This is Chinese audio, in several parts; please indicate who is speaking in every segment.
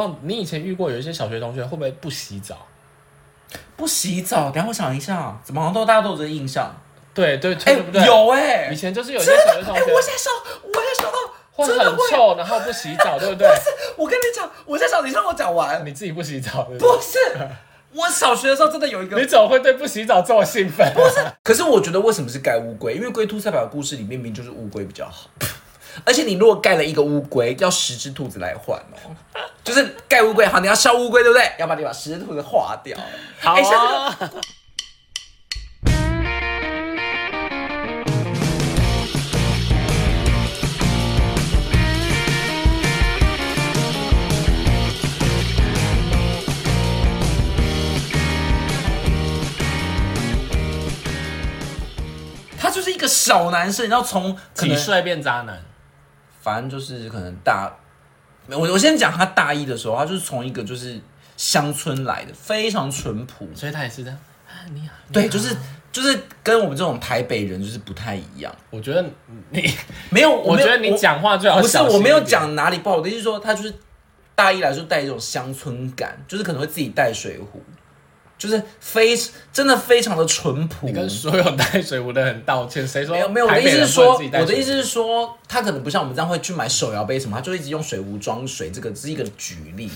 Speaker 1: 哦，你以前遇过有一些小学同学会不会不洗澡？
Speaker 2: 不洗澡，等一下我想一下，怎么好像都大家都有这个印象？
Speaker 1: 对对，
Speaker 2: 哎、
Speaker 1: 对不对？
Speaker 2: 有哎、
Speaker 1: 以前就是有一
Speaker 2: 真
Speaker 1: 些小学
Speaker 2: 的，
Speaker 1: 同
Speaker 2: 哎、
Speaker 1: 学
Speaker 2: 我现在想，我也想到，
Speaker 1: 会
Speaker 2: 真的
Speaker 1: 很
Speaker 2: 会。
Speaker 1: 臭，然后不洗 澡，对不对
Speaker 2: 不？是，我跟你讲，我在想，你让我讲完。
Speaker 1: 你自己不洗澡，对不对
Speaker 2: 不是，我小学的时候真的有一个
Speaker 1: 你，怎么会对不洗澡这么兴奋？不是，
Speaker 2: 可是哎我觉得为什么是盖乌龟？因为《龟兔赛跑》的故事里面明明就是乌龟比较好， 而且你如果盖了一个乌龟，要十只兔子来换哦。 就是盖乌龟，好，你要烧乌龟，对不对？要不然你把十只兔子化掉。
Speaker 1: 好
Speaker 2: 哎、像
Speaker 1: 啊，
Speaker 2: 他就是一个小男生，你知道从可
Speaker 1: 几
Speaker 2: 能
Speaker 1: 岁变渣男？
Speaker 2: 反正就是可能大，我我先讲他大一的时候，他就是从一个就是乡村来的，非常淳朴，
Speaker 1: 所以他也是这样。啊你好，
Speaker 2: 对，就是就是跟我们这种台北人就是不太一样。
Speaker 1: 我觉得你，
Speaker 2: 没有，
Speaker 1: 我
Speaker 2: 没有
Speaker 1: 觉得你讲话最好
Speaker 2: 不是
Speaker 1: 小心
Speaker 2: 我没有
Speaker 1: 一点，
Speaker 2: 讲哪里不好，我的意思是说他就是大一来就带一种乡村感，就是可能会自己带水壶，就是非真的非常的淳朴。
Speaker 1: 你跟所有带水壶的人道歉。谁说
Speaker 2: 没有没有，我
Speaker 1: 台
Speaker 2: 的
Speaker 1: 北
Speaker 2: 意思是
Speaker 1: 人不
Speaker 2: 说，
Speaker 1: 能自己带
Speaker 2: 我的
Speaker 1: 水
Speaker 2: 意
Speaker 1: 壶
Speaker 2: 思是说，他可能不像我们这样会去买手摇杯什么，他就一直用水壶装水，这个只是一个举例。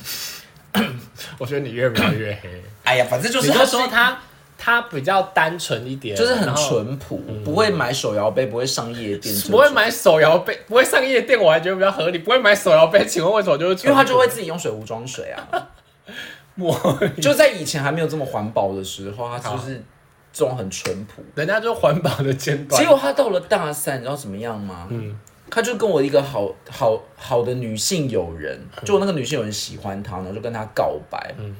Speaker 1: 我觉得你越描越黑。
Speaker 2: 哎呀，反正就是
Speaker 1: 你
Speaker 2: 他
Speaker 1: 就说他他比较单纯一点，
Speaker 2: 就是很
Speaker 1: 然后，
Speaker 2: 淳朴，不会买手摇嗯 杯，不会上夜店，
Speaker 1: 不会，买手摇杯，不会上夜店，我还觉得比较合理。不会买手摇杯，请问为什么就是
Speaker 2: 因
Speaker 1: 淳朴？
Speaker 2: 为他就会自己用水壶装水啊。
Speaker 1: 摸，
Speaker 2: 就在以前还没有这么环保的时候，他就是这种很淳朴。
Speaker 1: 人家就环保的尖端
Speaker 2: 结。果他到了大三，你知道怎么样吗？嗯，他就跟我一个好好好的女性友人，就那个女性友人喜欢他，然后就跟他告白。嗯，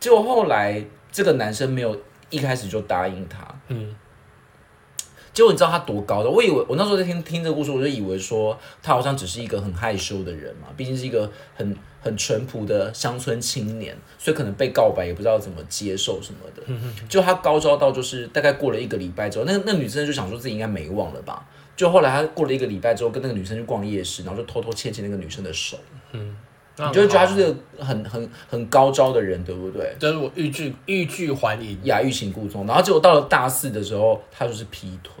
Speaker 2: 结果后来这个男生没有一开始就答应他。
Speaker 1: 嗯，
Speaker 2: 结果你知道他多高的？我以为我那时候在听听这个故事，我就以为说他好像只是一个很害羞的人嘛，毕竟是一个很很淳朴的乡村青年，所以可能被告白也不知道怎么接受什么的。就他高招到就是大概过了一个礼拜之后，那那女生就想说自己应该没忘了吧。就后来他过了一个礼拜之后，跟那个女生去逛夜市，然后就偷偷牵起那个女生的手，你
Speaker 1: 你
Speaker 2: 就会觉得他就是个很很很高招的人，对不对？
Speaker 1: 就是我欲拒欲拒还迎，
Speaker 2: 呀，欲擒故纵。然后结果到了大四的时候，他就是劈腿，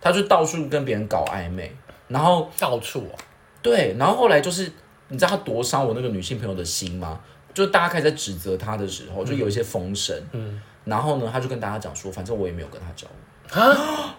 Speaker 2: 他就到处跟别人搞暧昧。然后
Speaker 1: 到处哦，
Speaker 2: 对，然后后来就是你知道他多伤我那个女性朋友的心吗？就大家开始在指责他的时候，就有一些风声。嗯，然后呢，他就跟大家讲说，反正我也没有跟他交往。
Speaker 1: 啊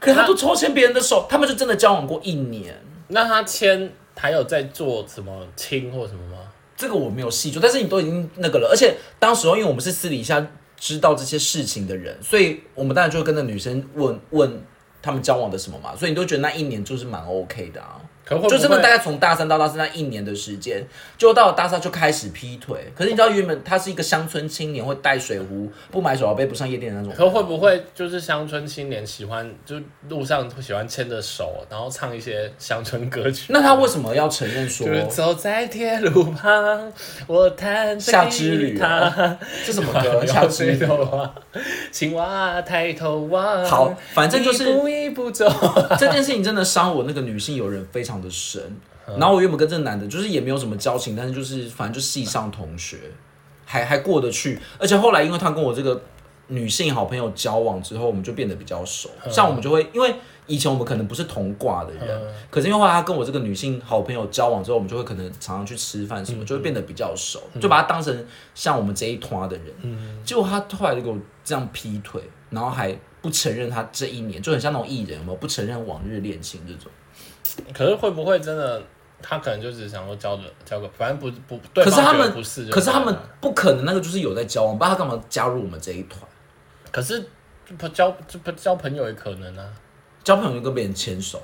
Speaker 2: 可是他都抽签别人的手，他们就真的交往过一年。
Speaker 1: 那他签还有在做什么亲或什么吗？
Speaker 2: 这个我没有细究，但是你都已经那个了，而且当时候因为我们是私底下知道这些事情的人，所以我们当然就会跟那女生问问他们交往的什么嘛，所以你都觉得那一年就是蛮 OK 的啊，
Speaker 1: 可会不会
Speaker 2: 就真的大概从大三到大四那一年的时间，就到了大三就开始劈腿。可是你知道原本他是一个乡村青年，会带水壶，不买手摇杯，不上夜店的那种。
Speaker 1: 可会不会就是乡村青年喜欢，就路上会喜欢牵着手，然后唱一些乡村歌曲？
Speaker 2: 那他为什么要承认说
Speaker 1: 就是走在铁路旁，我弹着
Speaker 2: 夏之旅
Speaker 1: 吉
Speaker 2: 哦
Speaker 1: 他。
Speaker 2: 这什么 歌？下
Speaker 1: 水
Speaker 2: 次
Speaker 1: 头啊，青蛙抬头望。
Speaker 2: 好反正就是
Speaker 1: 一步一步走。
Speaker 2: 这件事情真的伤我那个女性友人非常的深。然后我原本跟这个男的，就是也没有什么交情，但是就是反正就系上同学，还还过得去。而且后来因为他跟我这个女性好朋友交往之后，我们就变得比较熟。
Speaker 1: 嗯
Speaker 2: 像我们就会，因为以前我们可能不是同挂的人，
Speaker 1: 嗯
Speaker 2: 可是因为后来他跟我这个女性好朋友交往之后，我们就会可能常常去吃饭
Speaker 1: 嗯
Speaker 2: 什么，就会变得比较熟，就把他当成像我们这一团的人。
Speaker 1: 嗯
Speaker 2: 结果他后来就给我这样劈腿，然后还不承认他这一年，就很像那种艺人，有没有不承认往日恋情这种。
Speaker 1: 可是会不会真的，他可能就只是想说交个交个，反正不不对
Speaker 2: 可
Speaker 1: 方
Speaker 2: 是他
Speaker 1: 觉得
Speaker 2: 们
Speaker 1: 不是就
Speaker 2: 可是他们
Speaker 1: 对了
Speaker 2: 不可能那个就是有在交往，不然他干嘛加入我们这一团？
Speaker 1: 可是不交就不交朋友也可能啊。
Speaker 2: 交朋友就跟别人牵手，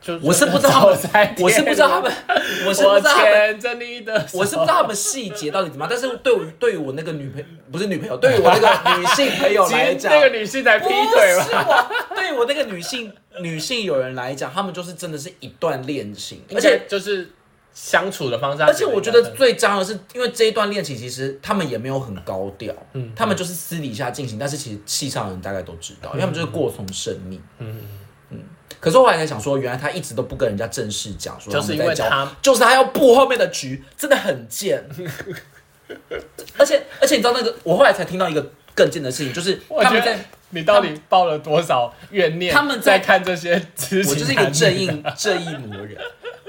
Speaker 1: 就
Speaker 2: 我是不知道他们
Speaker 1: 走在，
Speaker 2: 我是不知道他们， 我是不
Speaker 1: 我
Speaker 2: 知道他们。
Speaker 1: 牵着你的手，
Speaker 2: 我是不知道他们细节到底怎么样，但是对于对于我那个女朋不是女朋友，对于我那个女性朋友
Speaker 1: 其
Speaker 2: 来
Speaker 1: 实
Speaker 2: 讲，
Speaker 1: 那个女性在劈
Speaker 2: 不
Speaker 1: 腿
Speaker 2: 是
Speaker 1: 嘛。
Speaker 2: 我，对我那个女性女性友人来讲，他们就是真的是一段恋情，而
Speaker 1: 应
Speaker 2: 且
Speaker 1: 该就是相处的方式，
Speaker 2: 而且我觉得最渣的是，因为这一段恋情其实他们也没有很高调，他们就是
Speaker 1: 嗯
Speaker 2: 私底下进行，但是其实戏上的人大概都知道，因为他们就是过从甚密，嗯嗯。可是后来才想说，原来他一直都不跟人家正式讲说，
Speaker 1: 就是因为
Speaker 2: 他们在
Speaker 1: 他
Speaker 2: 交，就是他要布后面的局，真的 很贱。而且而且你知道那个，我后来才听到一个更贱的事情，就是
Speaker 1: 我
Speaker 2: 他
Speaker 1: 觉
Speaker 2: 们在
Speaker 1: 得。你到底抱了多少怨念？
Speaker 2: 他们
Speaker 1: 在
Speaker 2: 在
Speaker 1: 看这些知情，
Speaker 2: 我就是一个正义正义魔人。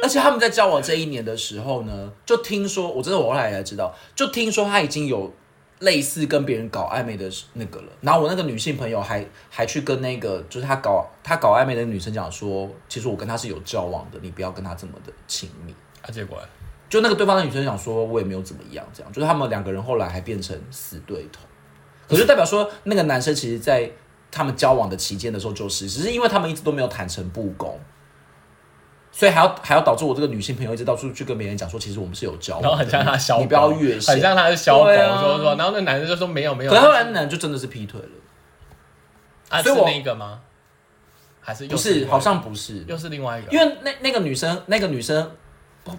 Speaker 2: 而且他们在交往这一年的时候呢，就听说，我真的我后来才知道，就听说他已经有类似跟别人搞暧昧的那个了。然后我那个女性朋友还还去跟那个就是他搞他搞暧昧的女生讲说，其实我跟他是有交往的，你不要跟他这么的亲密。
Speaker 1: 啊，结果
Speaker 2: 就那个对方的女生想说，我也没有怎么样，这样就是他们两个人后来还变成死对头，可是代表说那个男生其实，在他们交往的期间的时候，就是只是因为他们一直都没有坦诚不公，所以还要还要导致我这个女性朋友一直到处去跟别人讲说，其实我们是有交往的，
Speaker 1: 然后很像他小狗，
Speaker 2: 哦你不要越线
Speaker 1: 很像他是小狗，
Speaker 2: 对啊
Speaker 1: 说说，然后那男的就说没有没有，
Speaker 2: 可是后来那男的就真的是劈腿了，
Speaker 1: 啊是
Speaker 2: 所以我
Speaker 1: 那个吗？还是又
Speaker 2: 不
Speaker 1: 另外一
Speaker 2: 是，
Speaker 1: 个
Speaker 2: 好像不是，
Speaker 1: 又是另外一个，
Speaker 2: 因为那那个女生那个女生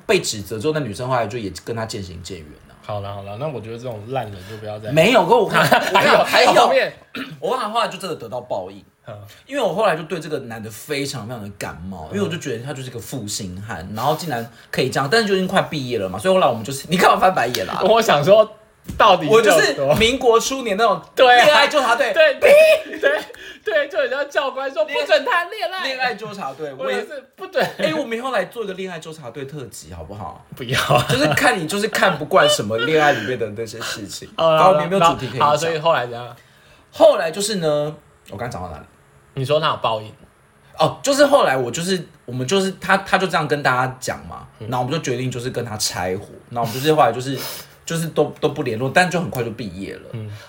Speaker 2: 被指责之后，那女生后来就也跟他渐行渐远了。
Speaker 1: 好了好了，那我觉得这种烂人就不要再。
Speaker 2: 没有，可我看
Speaker 1: 还有
Speaker 2: 还
Speaker 1: 有后
Speaker 2: 有
Speaker 1: 面，
Speaker 2: 我跟他后来就真的得到报应
Speaker 1: 嗯，
Speaker 2: 因为我后来就对这个男的非常非常的感冒，因为我就觉得他就是一个负心汉，然后竟然可以这样，但是就已经快毕业了嘛，所以后来我们就是你干嘛翻白眼啦、啊
Speaker 1: 我想说到底
Speaker 2: 我就
Speaker 1: 有
Speaker 2: 是
Speaker 1: 多
Speaker 2: 民国初年那种
Speaker 1: 哦对啊
Speaker 2: 恋爱纠察 队，
Speaker 1: 对对对对，就人家教官说不准谈恋爱，
Speaker 2: 恋爱纠察队，
Speaker 1: 或
Speaker 2: 我也
Speaker 1: 者是不准，
Speaker 2: 哎、我们以后来做一个恋爱纠察队特辑好不好？
Speaker 1: 不要啊。
Speaker 2: 就是看你就是看不惯什么恋爱里面的那些事情， 然后我们有没有主题可以
Speaker 1: 好，
Speaker 2: 讲？
Speaker 1: 所以后来怎样？
Speaker 2: 后来就是呢，我刚讲到哪里？
Speaker 1: 你说他有报应，
Speaker 2: 哦，就是后来我就是我们就是他他就这样跟大家讲嘛，然后我们就决定就是跟他拆伙，然后我们就是后来就是就是都都不联络，但就很快就毕业了。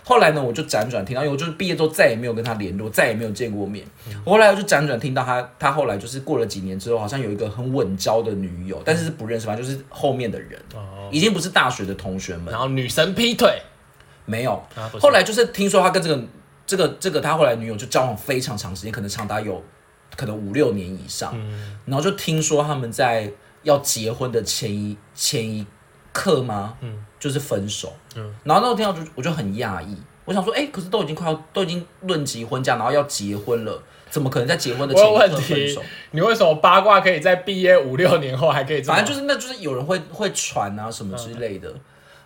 Speaker 2: 后来呢，我就辗转听到，因为我就是毕业之后再也没有跟他联络，再也没有见过面。我后来我就辗转听到他他后来就是过了几年之后，好像有一个很稳交的女友，但是是不认识，反正就是后面的人，
Speaker 1: 哦
Speaker 2: 已经不是大学的同学们
Speaker 1: 然，后女神劈腿，
Speaker 2: 没有
Speaker 1: 啊不。是
Speaker 2: 后来就是听说他跟这个这个这个他后来女友就交往非常长时间，可能长达有可能五六年以上。
Speaker 1: 嗯
Speaker 2: 然后就听说他们在要结婚的前一前一刻吗？
Speaker 1: 嗯
Speaker 2: 就是分手。然后那时候听到就我就很讶异，我想说，哎、可是都已经快要都已经论及婚嫁，然后要结婚了，怎么可能在结婚的
Speaker 1: 我
Speaker 2: 前
Speaker 1: 有
Speaker 2: 一
Speaker 1: 问
Speaker 2: 刻分
Speaker 1: 题
Speaker 2: 手？，
Speaker 1: 你为什么八卦可以在毕业五六年后还可以这么？
Speaker 2: 反正就是那就是有人会会传啊什么之类的。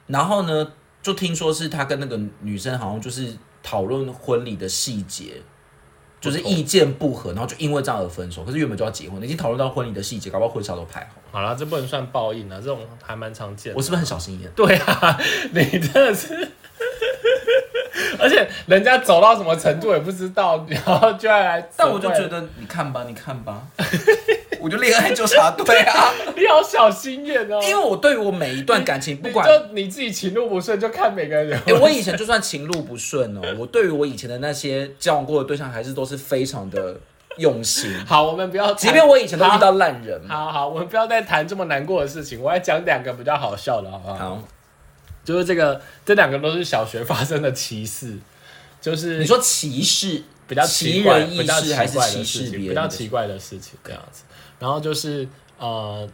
Speaker 2: 然后呢，就听说是他跟那个女生好像就是讨论婚礼的细节，就是意见不合，然后就因为这样而分手。可是原本就要结婚，已经讨论到婚礼的细节，搞不好婚纱都拍好了。
Speaker 1: 好了，这不能算报应啊，这种还蛮常见的
Speaker 2: 我。是不是很小心眼？
Speaker 1: 对啊，你真的是， 而且人家走到什么程度也不知道，然后居然来责怪，
Speaker 2: 但我就觉得，你看吧，你看吧， 我就恋爱纠察队啊！
Speaker 1: 你好小心眼哦，
Speaker 2: 因为我对于我每一段感情，不管
Speaker 1: 你就你自己情路不顺，就看每个人有。
Speaker 2: 哎、我以前就算情路不顺哦，我对于我以前的那些交往过的对象，还是都是非常的用心。
Speaker 1: 好，我们不要谈，
Speaker 2: 即便我以前都遇到烂人嘛，
Speaker 1: 好好，我们不要再谈这么难过的事情，我要讲两个比较好笑的，好不好？
Speaker 2: 好，
Speaker 1: 就是这个，这两个都是小学发生的歧视，就是
Speaker 2: 你说歧视
Speaker 1: 比较奇
Speaker 2: 奇
Speaker 1: 怪、
Speaker 2: 人
Speaker 1: 比
Speaker 2: 异
Speaker 1: 较
Speaker 2: 事
Speaker 1: 奇
Speaker 2: 还是
Speaker 1: 怪
Speaker 2: 歧
Speaker 1: 的事
Speaker 2: 视
Speaker 1: 情，
Speaker 2: 别
Speaker 1: 比
Speaker 2: 人
Speaker 1: 较
Speaker 2: 的
Speaker 1: 奇
Speaker 2: 事？
Speaker 1: 怪的事情这样子。然后就是呃，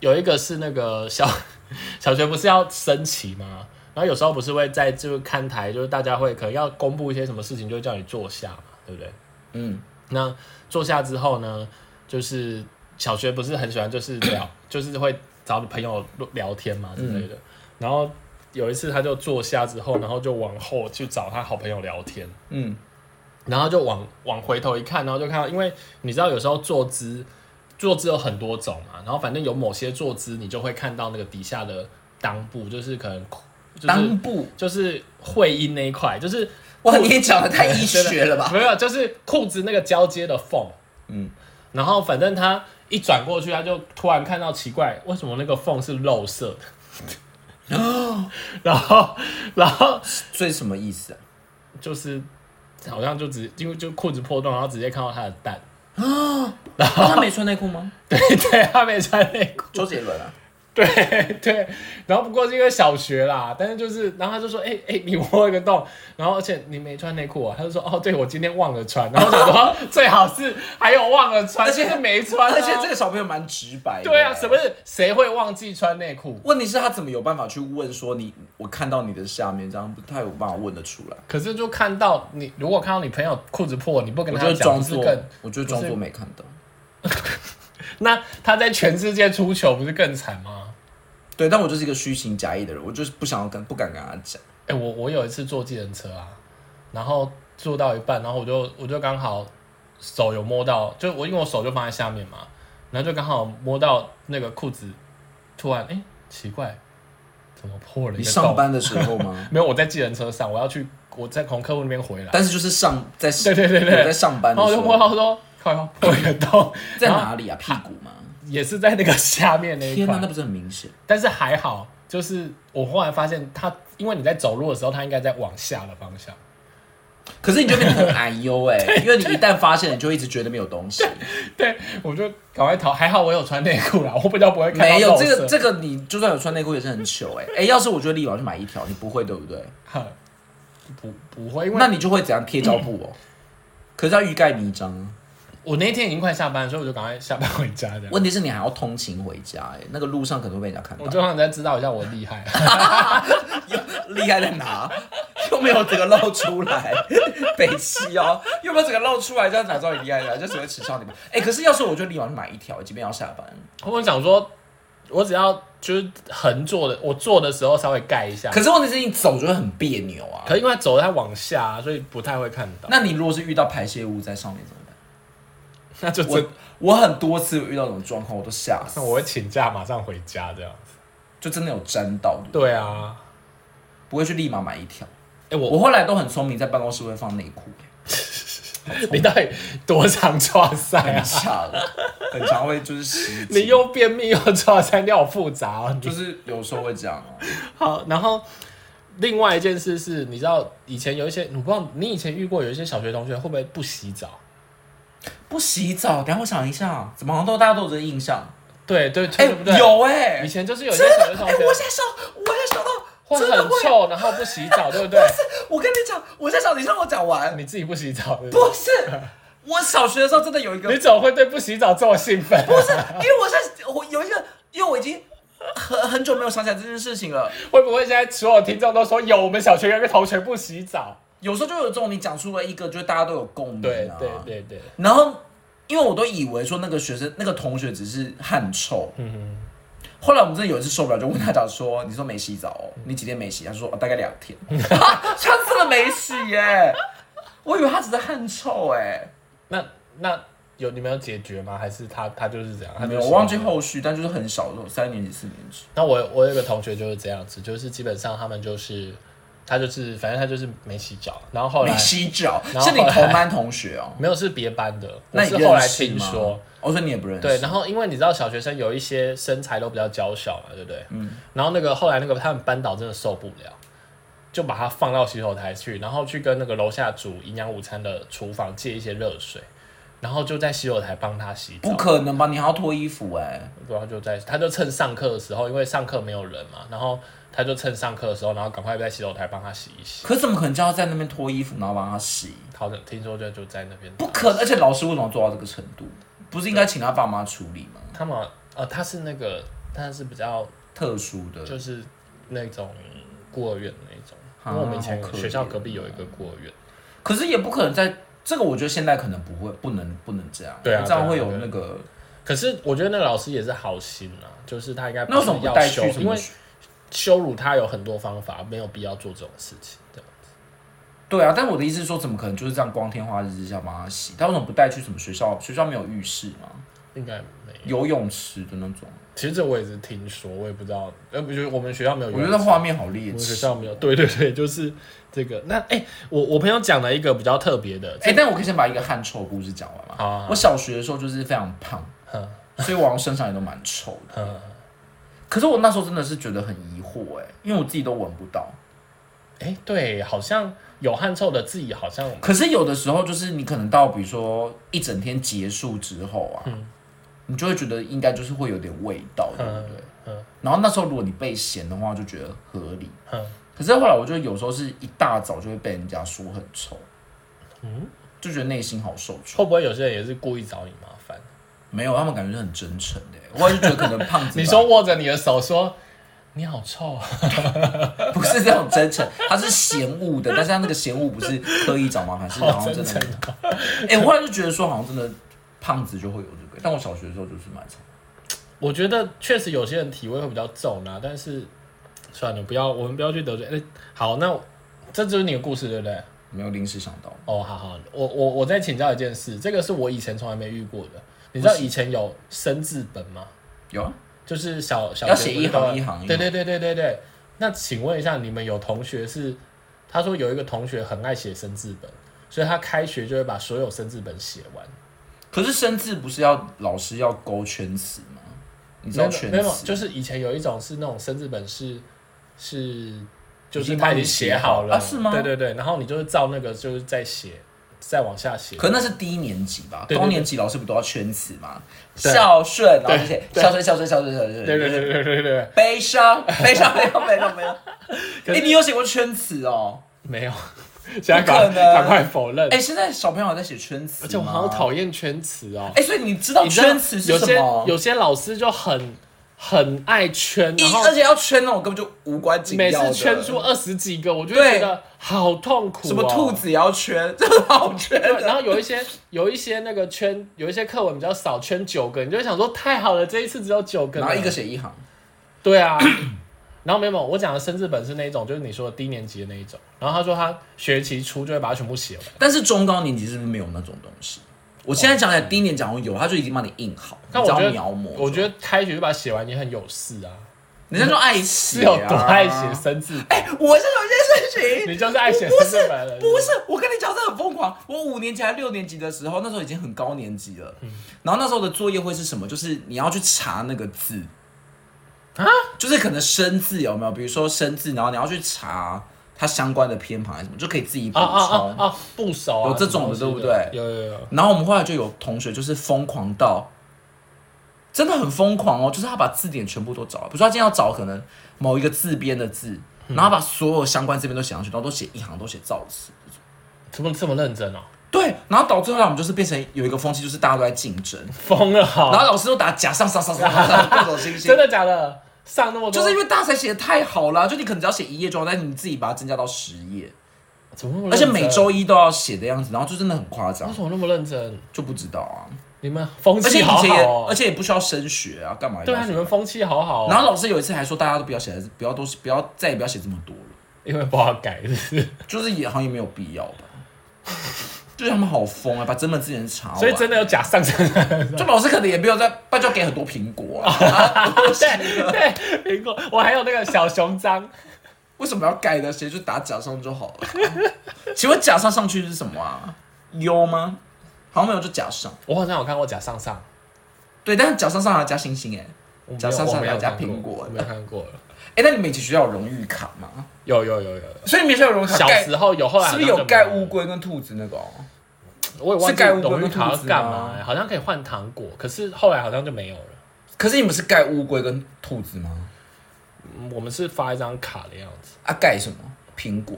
Speaker 1: 有一个是那个小小学不是要升旗吗？然后有时候不是会在就是看台，就是大家会可能要公布一些什么事情，就会叫你坐下嘛，对不对？
Speaker 2: 嗯，
Speaker 1: 那坐下之后呢，就是小学不是很喜欢就是聊， 就是会找朋友聊天嘛之类的。
Speaker 2: 嗯
Speaker 1: 然后有一次他就坐下之后，然后就往后去找他好朋友聊天。
Speaker 2: 嗯，
Speaker 1: 然后就往往回头一看，然后就看到，因为你知道有时候坐姿坐姿有很多种嘛，然后反正有某些坐姿你就会看到那个底下的裆部，就是可能就
Speaker 2: 裆
Speaker 1: 是
Speaker 2: 部，
Speaker 1: 就是会阴那一块，就是
Speaker 2: 哇，你也讲的太医学了 吧？
Speaker 1: 没有，就是裤子那个交接的缝，
Speaker 2: 嗯，
Speaker 1: 然后反正他一转过去，他就突然看到奇怪，为什么那个缝是肉色的？ 然后，然后
Speaker 2: 所以什么意思啊？
Speaker 1: 就是好像就直因为就裤子破洞，然后直接看到他的蛋。
Speaker 2: 哦啊他没穿内裤吗？
Speaker 1: 对 对，他没穿内裤。
Speaker 2: 周杰伦啊，
Speaker 1: 对对，然后不过是因为小学啦，但是就是，然后他就说，哎、哎、你窝一个洞，然后而且你没穿内裤啊，他就说，哦，对我今天忘了穿，然后我想说 最好是还有忘了穿，
Speaker 2: 而且
Speaker 1: 就是没穿啊、
Speaker 2: 而且这个小朋友蛮直白的。
Speaker 1: 对啊，什么？是谁会忘记穿内裤？
Speaker 2: 问题是，他怎么有办法去问说你？我看到你的下面，这样不太有办法问得出来。
Speaker 1: 可是就看到你，如果看到你朋友裤子破，你不跟
Speaker 2: 我
Speaker 1: 他
Speaker 2: 就
Speaker 1: 讲，
Speaker 2: 装
Speaker 1: 是
Speaker 2: 作
Speaker 1: 更，
Speaker 2: 我就装作没看到。
Speaker 1: 那他在全世界出糗不是更惨吗？
Speaker 2: 对，但我就是一个虚情假意的人，我就是不想要跟不敢跟他讲。
Speaker 1: 哎、我我有一次坐计程车啊，然后坐到一半，然后我就我就刚好手有摸到，就我因为我手就放在下面嘛，然后就刚好摸到那个裤子，突然哎、奇怪，怎么破了一
Speaker 2: 你
Speaker 1: 个洞
Speaker 2: 上？班的时候吗？
Speaker 1: 没有，我在计程车上，我要去，我在从客户那边回来，
Speaker 2: 但是就是上在
Speaker 1: 对对对对
Speaker 2: 哦我在上班
Speaker 1: 然
Speaker 2: 的
Speaker 1: 后我
Speaker 2: 时
Speaker 1: 就摸到
Speaker 2: 候，
Speaker 1: 说，靠腰破一个洞，
Speaker 2: 在
Speaker 1: 然后
Speaker 2: 哪里啊？屁股吗？
Speaker 1: 也是在那个下面那一
Speaker 2: 天
Speaker 1: 块
Speaker 2: 哪，那。不是很明显？
Speaker 1: 但是还好，就是我后来发现它，因为你在走路的时候，它应该在往下的方向，
Speaker 2: 可是你就变得很矮优 哎、因为你一旦发现，你就一直觉得没有东西。
Speaker 1: 我就赶快逃。还好我有穿内裤啦，我比较不会看到
Speaker 2: 没有
Speaker 1: 肉
Speaker 2: 这个
Speaker 1: 色
Speaker 2: 这个，你就算有穿内裤也是很糗 哎、欸、哎、要是我觉得立马去买一条，你不会对不对？
Speaker 1: 哼不不会，因为
Speaker 2: 那你就会怎样贴胶布哦、 可是要欲盖弥彰啊。
Speaker 1: 我那天已经快下班了，所以我就赶快下班回家这样。
Speaker 2: 问题是你还要通勤回家哎、那个路上可能会被人家看到
Speaker 1: 我。就让人家知道一下我厉害，
Speaker 2: 厉害在哪？又没有整个露出来， 北七哦，又没有整个露出来，这样哪知道你厉害呢？就只会耻笑你们。哎、可是要是我就立马去买一条，即便要下班。
Speaker 1: 我想说，我只要就是横坐的，我坐的时候稍微盖一下。
Speaker 2: 可是问题是你走就会很别扭啊。
Speaker 1: 可因为走它往下，啊所以不太会看到。
Speaker 2: 那你如果是遇到排泄物在上面怎么办？
Speaker 1: 那就真
Speaker 2: 我我很多次有遇到这种状况，我都吓死
Speaker 1: 那，我会请假马上回家这样。
Speaker 2: 就真的有沾到，
Speaker 1: 对啊，
Speaker 2: 不会去立马买一条。
Speaker 1: 哎、我
Speaker 2: 我后来都很聪明，在办公室会放内裤、
Speaker 1: 你到底多常 抓塞
Speaker 2: 很
Speaker 1: 啊？
Speaker 2: 巧，哎 很常会就是洗
Speaker 1: 你
Speaker 2: 紧，
Speaker 1: 又便秘又抓塞，你好复杂哦。你
Speaker 2: 就是有时候会这样哦、
Speaker 1: 好，然后另外一件事是，你知道以前有一些，我不知道你以前遇过有一些小学同学会不会不洗澡？
Speaker 2: 不洗澡，等一下我想一下，怎么好像都大家都有这个印象？
Speaker 1: 对对
Speaker 2: 哎、
Speaker 1: 对，对不对？
Speaker 2: 有哎、
Speaker 1: 以前就是有一些
Speaker 2: 真
Speaker 1: 小
Speaker 2: 的
Speaker 1: 学，
Speaker 2: 哎、
Speaker 1: 同学
Speaker 2: 我现在想，我现在想到，
Speaker 1: 会
Speaker 2: 真的
Speaker 1: 很
Speaker 2: 会，
Speaker 1: 臭，然后不洗澡，对不对？
Speaker 2: 我跟你讲，我现在想，你让我讲完，
Speaker 1: 你自己不洗澡，对不对
Speaker 2: 不是，我小学的时候真的有一个
Speaker 1: 你怎么会对不洗澡这么兴奋？
Speaker 2: 不是，因为我是我有一个，因为我已经很很久没有想起来这件事情了。
Speaker 1: 会不会现在所有听众都说有我们小学有一个同学不洗澡？
Speaker 2: 有时候就有这种你讲出了一个，就是大家都有共鸣、啊。
Speaker 1: 对对。对对，
Speaker 2: 然后，因为我都以为说那个学生、那个同学只是汗臭。
Speaker 1: 嗯哼，
Speaker 2: 后来我们真的有一次受不了，就问他讲说：“你说没洗澡哦？你几天没洗？”他说：“哦、大概两天。 哈”他真的没洗耶、我以为他只是汗臭哎、
Speaker 1: 那那有你们有解决吗？还是他他就是这样？他
Speaker 2: 没
Speaker 1: 就
Speaker 2: 有，
Speaker 1: 是
Speaker 2: 我忘记后续，但就是很少，三年级、四年级。
Speaker 1: 那我我有一个同学就是这样子，就是基本上他们就是他就是反正他就是没洗澡，然后后来
Speaker 2: 没洗澡，
Speaker 1: 然后
Speaker 2: 是你
Speaker 1: 后来
Speaker 2: 同班同 学哦、
Speaker 1: 没有是别班的，我
Speaker 2: 那
Speaker 1: 是
Speaker 2: 你
Speaker 1: 后
Speaker 2: 认
Speaker 1: 来
Speaker 2: 识
Speaker 1: 听
Speaker 2: 吗
Speaker 1: 说。，
Speaker 2: 我说你也不认识，
Speaker 1: 对，然后因为你知道小学生有一些身材都比较娇小嘛，对不对？嗯。然后那个后来那个他们班导真的受不了，就把他放到洗手台去，然后去跟那个楼下煮营养午餐的厨房借一些热水，然后就在洗手台帮他洗澡
Speaker 2: 不。可能吧？你还要脱衣服哎、
Speaker 1: 然后就在，他就趁上课的时候，因为上课没有人嘛，然后他就趁上课的时候，然后赶快在洗手台帮他洗一洗。
Speaker 2: 可怎么可能叫他在那边脱衣服，然后帮他洗？
Speaker 1: 好的，听说就就在那边，
Speaker 2: 不可能！而且老师为什么做到这个程度？不是应该请他爸妈处理吗？
Speaker 1: 他们好呃，他是那个他是比较
Speaker 2: 特殊的，
Speaker 1: 就是那种孤儿院的那种，
Speaker 2: 啊
Speaker 1: 因为我们以前
Speaker 2: 好可怜
Speaker 1: 学校隔壁有一个孤儿院，
Speaker 2: 可是也不可能在这个，我觉得现在可能不会，不能不能这样，
Speaker 1: 对啊
Speaker 2: 这样
Speaker 1: 对
Speaker 2: 会
Speaker 1: 啊
Speaker 2: 有
Speaker 1: 对啊
Speaker 2: 那个，
Speaker 1: 可是我觉得那个老师也是好心啊，就是他应该
Speaker 2: 那为
Speaker 1: 是
Speaker 2: 什么不
Speaker 1: 要
Speaker 2: 带
Speaker 1: 羞
Speaker 2: 去？什
Speaker 1: 因
Speaker 2: 么
Speaker 1: 为？羞辱他有很多方法，没有必要做这种事情。对，
Speaker 2: 对啊，但我的意思是说，怎么可能就是这样光天化日之下帮他洗？他为什么不带去什么学校？学校没有浴室吗？
Speaker 1: 应该没有。
Speaker 2: 游泳池的那种？
Speaker 1: 其实这我也是听说，我也不知道，呃，不就是我们学校没有游
Speaker 2: 我
Speaker 1: 泳
Speaker 2: 觉
Speaker 1: 池。
Speaker 2: 得画面好
Speaker 1: 我
Speaker 2: 猎
Speaker 1: 们学
Speaker 2: 奇。
Speaker 1: 校没有， 对对对，就是这个。那哎、我我朋友讲了一个比较特别的，
Speaker 2: 哎、但我可以先把一个汗臭故事讲完吗？
Speaker 1: 好啊好啊
Speaker 2: 我小学的时候就是非常胖，
Speaker 1: 嗯
Speaker 2: 所以我好像身上也都蛮臭的。
Speaker 1: 嗯，
Speaker 2: 可是我那时候真的是觉得很疑惑哎、因为我自己都闻不到。
Speaker 1: 哎、对，好像有汗臭的自己好像
Speaker 2: 可是有的时候就是你可能到比如说一整天结束之后啊，
Speaker 1: 嗯
Speaker 2: 你就会觉得应该就是会有点味道，对不对？
Speaker 1: 嗯
Speaker 2: 然后那时候如果你被嫌的话，就觉得合理。
Speaker 1: 嗯
Speaker 2: 可是后来我就有时候是一大早就会被人家说很臭，
Speaker 1: 嗯
Speaker 2: 就觉得内心好受挫。
Speaker 1: 会不会有些人也是故意找你麻烦？
Speaker 2: 没有，他们感觉是很真诚的欸。我也是觉得可能胖子吧，
Speaker 1: 你说握着你的手说你好臭 啊，
Speaker 2: 不是这种真诚，他是嫌恶的，但是他那个嫌恶不是刻意找麻烦，是好
Speaker 1: 好
Speaker 2: 像
Speaker 1: 哦真
Speaker 2: 真
Speaker 1: 诚
Speaker 2: 的。哎、我后来就觉得说，好像真的胖子就会有这个，但我小学的时候就是蛮长。
Speaker 1: 我觉得确实有些人体味会比较重啦、但是算了，不要我们不要去得罪。哎、好，那这就是你的故事，对不对？
Speaker 2: 没有临时想到，
Speaker 1: 哦，好好，我我我再请教一件事，这个是我以前从来没遇过的。你知道以前有生字本吗？
Speaker 2: 有啊，
Speaker 1: 就是小小
Speaker 2: 要
Speaker 1: 学
Speaker 2: 写
Speaker 1: 不是
Speaker 2: 一行
Speaker 1: 都要
Speaker 2: 一行一
Speaker 1: 对对
Speaker 2: 行
Speaker 1: 对对对对。那请问一下，你们有同学是？他说有一个同学很爱写生字本，所以他开学就会把所有生字本写完。
Speaker 2: 可是生字不是要老师要勾圈词吗？你知道圈
Speaker 1: 没有，没有
Speaker 2: 词
Speaker 1: 就是以前有一种是那种生字本是是，就
Speaker 2: 已
Speaker 1: 是
Speaker 2: 经
Speaker 1: 他
Speaker 2: 帮
Speaker 1: 已
Speaker 2: 你
Speaker 1: 经写
Speaker 2: 写
Speaker 1: 好
Speaker 2: 好
Speaker 1: 了
Speaker 2: 啊是吗
Speaker 1: 对对对，然后你就是照那个就是再写，再往下写。
Speaker 2: 可那是低年级吧，
Speaker 1: 对对对
Speaker 2: 高年级老师不都要圈词吗？
Speaker 1: 对
Speaker 2: 孝顺，然后就写
Speaker 1: 对对
Speaker 2: 孝顺孝顺孝顺孝顺，
Speaker 1: 对对对对对对对，
Speaker 2: 悲伤悲伤悲伤悲伤悲伤。哎、你有写过圈词哦？
Speaker 1: 没有，现在
Speaker 2: 不可
Speaker 1: 赶
Speaker 2: 能
Speaker 1: 赶快否认。
Speaker 2: 哎、现在小朋友还在写圈
Speaker 1: 而
Speaker 2: 词吗，
Speaker 1: 哎且我好讨厌圈词哦。
Speaker 2: 哎、所以你知道
Speaker 1: 你知道
Speaker 2: 圈词是
Speaker 1: 有
Speaker 2: 什
Speaker 1: 些
Speaker 2: 么？
Speaker 1: 有些老师就很很爱圈，然
Speaker 2: 一，
Speaker 1: 后
Speaker 2: 而且要圈那种根本就无关紧
Speaker 1: 每
Speaker 2: 要的，
Speaker 1: 次圈出二十几个，我就
Speaker 2: 对
Speaker 1: 觉得好痛苦、哦。
Speaker 2: 什么兔？子也要圈，这很好圈啊
Speaker 1: 对， 然
Speaker 2: 的。
Speaker 1: 后有一些有一些那个圈，有一些课文比较少，圈九个，你就会想说太好了，这一次只有九个。
Speaker 2: 然后一个，写一行，
Speaker 1: 对啊。 然后没有，没有我讲的生字本是那一种，就是你说的低年级的那一种。然后他说他学期初就会把它全部写完。
Speaker 2: 但是中高年级是不是没有那种东西？我现在讲起来，低年讲有，他就已经帮你印好，
Speaker 1: 但
Speaker 2: 你
Speaker 1: 我
Speaker 2: 只要
Speaker 1: 觉得
Speaker 2: 描摹。
Speaker 1: 我觉得开学就把它写完也很有事啊，
Speaker 2: 人家就爱
Speaker 1: 是
Speaker 2: 写、
Speaker 1: 有
Speaker 2: 啊，
Speaker 1: 多爱写生字本？
Speaker 2: 哎、我是有一件事情，
Speaker 1: 你就是爱写
Speaker 2: 我不
Speaker 1: 生
Speaker 2: 是
Speaker 1: 字本的人。
Speaker 2: 不是，我跟你讲，这很疯狂。我五年级还六年级的时候，那时候已经很高年级了。
Speaker 1: 嗯
Speaker 2: 然后那时候的作业会是什么？就是你要去查那个字
Speaker 1: 啊，
Speaker 2: 就是可能生字有没有？比如说生字，然后你要去查它相关的偏旁还是什么，就可以自己补
Speaker 1: 啊
Speaker 2: 充。
Speaker 1: 啊啊啊！不熟啊，
Speaker 2: 有这种的
Speaker 1: 什么东西
Speaker 2: 对不对
Speaker 1: 有有有，
Speaker 2: 然后我们后来就有同学就是疯狂到，真的很疯狂哦，就是他把字典全部都找，比如说他今天要找可能某一个字边的字，
Speaker 1: 嗯
Speaker 2: 然后他把所有相关字边都写上去，然后都写一行，都写造词。
Speaker 1: 怎么这么认真哦？
Speaker 2: 对，然后导致后来我们就是变成有一个风气，就是大家都在竞争，
Speaker 1: 疯了
Speaker 2: 然
Speaker 1: 哈！
Speaker 2: 后老师都打假上上上上上上各种星 星
Speaker 1: 真，的假的？上那么多，
Speaker 2: 就是因为大家才写的太好了，就你可能只要写一页就好，但你自己把它增加到十页，
Speaker 1: 怎么那么认
Speaker 2: 而
Speaker 1: 真
Speaker 2: 且每周一都要写的样子，然后就真的很夸张
Speaker 1: 为，什么那么认真？
Speaker 2: 就不知道啊。
Speaker 1: 你们风
Speaker 2: 而且
Speaker 1: 气
Speaker 2: 以
Speaker 1: 好
Speaker 2: 前也，
Speaker 1: 好
Speaker 2: 而
Speaker 1: 哦。
Speaker 2: 且也不需要升学啊，干嘛要
Speaker 1: 对啊，
Speaker 2: 升
Speaker 1: 你们风气好好
Speaker 2: 然
Speaker 1: 哦，
Speaker 2: 后老师有一次还说，大家都不要写，不要都是不要再也不要写这么多了，
Speaker 1: 因为不好改，是不是
Speaker 2: 就是也好像也没有必要吧。就是他们好疯啊，把整本字典查完。
Speaker 1: 所以真的有假上上上 上。
Speaker 2: 就老师可能也没有在，不就给很多苹果啊。啊不是啊
Speaker 1: 对，苹果，我还有那个小熊章，
Speaker 2: 为什么要盖呢？谁就打假上就好了。 请问假上上去是什么啊？优吗？好像没有，就假上。
Speaker 1: 我好像有看过假上上，
Speaker 2: 对，但是假上上还要加星星哎、
Speaker 1: 我没有
Speaker 2: 假上上
Speaker 1: 我没有
Speaker 2: 还加
Speaker 1: 看过
Speaker 2: 苹果
Speaker 1: 我没有看过。
Speaker 2: 哎、那你们以前学校有荣誉卡吗？
Speaker 1: 有有有有，有
Speaker 2: 所以你们学校有荣誉卡
Speaker 1: 小
Speaker 2: 盖
Speaker 1: 时候有，后来
Speaker 2: 是不是
Speaker 1: 好像
Speaker 2: 有
Speaker 1: 就
Speaker 2: 盖
Speaker 1: 没
Speaker 2: 乌龟跟兔子那个、哦？
Speaker 1: 我也忘
Speaker 2: 是
Speaker 1: 记
Speaker 2: 盖乌龟
Speaker 1: 荣誉
Speaker 2: 跟
Speaker 1: 卡要
Speaker 2: 兔子
Speaker 1: 干
Speaker 2: 吗
Speaker 1: 嘛、欸，好像可以换糖果，可是后来好像就没有了。
Speaker 2: 可是你们是盖乌龟跟兔子吗？
Speaker 1: 嗯我们是发一张卡的样子，
Speaker 2: 啊，盖什么？苹果。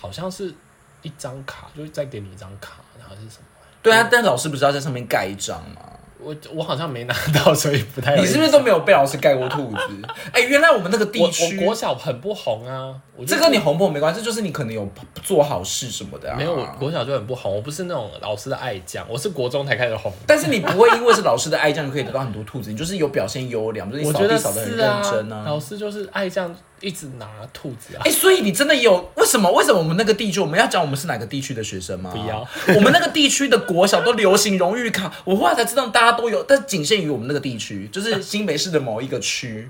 Speaker 1: 好像是一张卡，就是再给你一张卡，还是什么？
Speaker 2: 对啊，但老师不是要在上面盖一张吗？
Speaker 1: 我我好像没拿到，所以不太有
Speaker 2: 你是不是都没有被老师盖过兔 子？哎、原来我们那个地
Speaker 1: 我我
Speaker 2: 区，
Speaker 1: 国小很不红啊，我就
Speaker 2: 这跟你红不红没关系，就是你可能有做好事什么的、啊。
Speaker 1: 没有，我国小就很不红，我不是那种老师的爱将，我是国中才开始红。
Speaker 2: 但是你不会因为是老师的爱将就可以得到很多兔子，你就是有表现优良，就是你
Speaker 1: 我
Speaker 2: 扫
Speaker 1: 觉
Speaker 2: 地
Speaker 1: 得
Speaker 2: 扫得很
Speaker 1: 是
Speaker 2: 认
Speaker 1: 啊
Speaker 2: 真，啊。
Speaker 1: 老师就是爱将，一直拿兔子啊
Speaker 2: 哎、。所以你真的有为什么？为什么我们那个地区，我们要讲我们是哪个地区的学生吗？
Speaker 1: 不要，
Speaker 2: 我们那个地区的国小都流行荣誉卡，我后来才知道大家都有，但仅限于我们那个地区， 就是新北市的某一个区。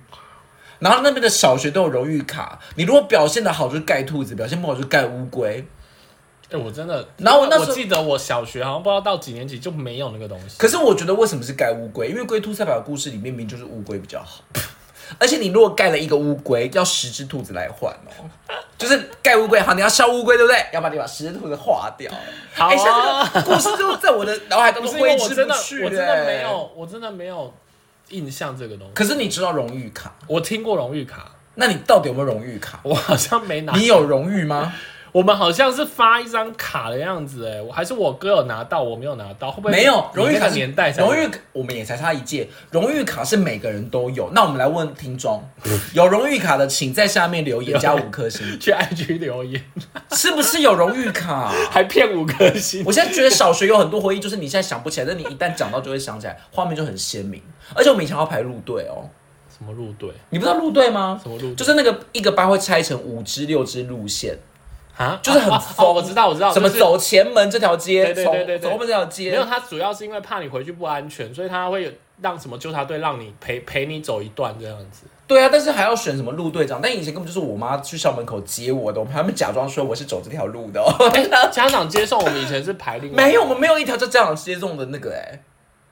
Speaker 2: 然后那边的小学都有荣誉卡，你如果表现的好就是盖兔子，表现不好就是盖乌龟。
Speaker 1: 哎、我真的，
Speaker 2: 然后我
Speaker 1: 我
Speaker 2: 那时候
Speaker 1: 记得我小学好像不知道到几年级就没有那个东西。
Speaker 2: 可是我觉得为什么是盖乌龟？因为《龟兔赛跑》的故事里面明明就是乌龟比较好， 而且你如果盖了一个乌龟，要十只兔子来换哦。就是盖乌龟，好，你要烧乌龟，对不对？要把你把十只兔子化掉。
Speaker 1: 好啊
Speaker 2: 哎现在这个故事就在我的脑海当
Speaker 1: 不
Speaker 2: 中
Speaker 1: 是因为
Speaker 2: 挥
Speaker 1: 我
Speaker 2: 之
Speaker 1: 真的
Speaker 2: 不去、
Speaker 1: 我真的
Speaker 2: 哎
Speaker 1: 没有，我真的没有印象这个东西。
Speaker 2: 可是你知道荣誉卡？
Speaker 1: 我听过荣誉卡，
Speaker 2: 那你到底有没有荣誉卡？
Speaker 1: 我好像没拿。
Speaker 2: 你有荣誉吗？
Speaker 1: 我们好像是发一张卡的样子，哎，我还是我哥有拿到，我没有拿到，会不会
Speaker 2: 没有
Speaker 1: 你
Speaker 2: 荣誉
Speaker 1: 那
Speaker 2: 卡
Speaker 1: 个
Speaker 2: 是
Speaker 1: 年代才有
Speaker 2: 荣誉我们也才差一届，荣誉卡是每个人都有。那我们来问 听众，有荣誉卡的请在下面留言加五颗星，
Speaker 1: 去 IG 留言，
Speaker 2: 是不是有荣誉卡？
Speaker 1: 还骗五颗星，
Speaker 2: 我现在觉得小学有很多回忆，就是你现在想不起来，但你一旦讲到就会想起来，画面就很鲜明。而且我们以前要排路队哦，
Speaker 1: 什么入队，
Speaker 2: 你不知道路队吗？
Speaker 1: 什么入队，
Speaker 2: 就是那个一个班会拆成五支六支路线，
Speaker 1: 啊，
Speaker 2: 就是很
Speaker 1: 哦哦哦我知道，我知道，
Speaker 2: 什么
Speaker 1: 就是
Speaker 2: 走前门这条街，
Speaker 1: 对对
Speaker 2: 走
Speaker 1: 对对对
Speaker 2: 走后门这条
Speaker 1: 没有，
Speaker 2: 街，
Speaker 1: 他主要是因为怕你回去不安全，所以他会有让什么纠察队让你陪陪你走一段这样子。
Speaker 2: 对啊，但是还要选什么路队长？但以前根本就是我妈去校门口接我的，我们他们假装说我是走这条路 的、哦，
Speaker 1: 哎、家长接送我们以前是排另外
Speaker 2: 没有，我们没有一条叫家长接送的那个、哎、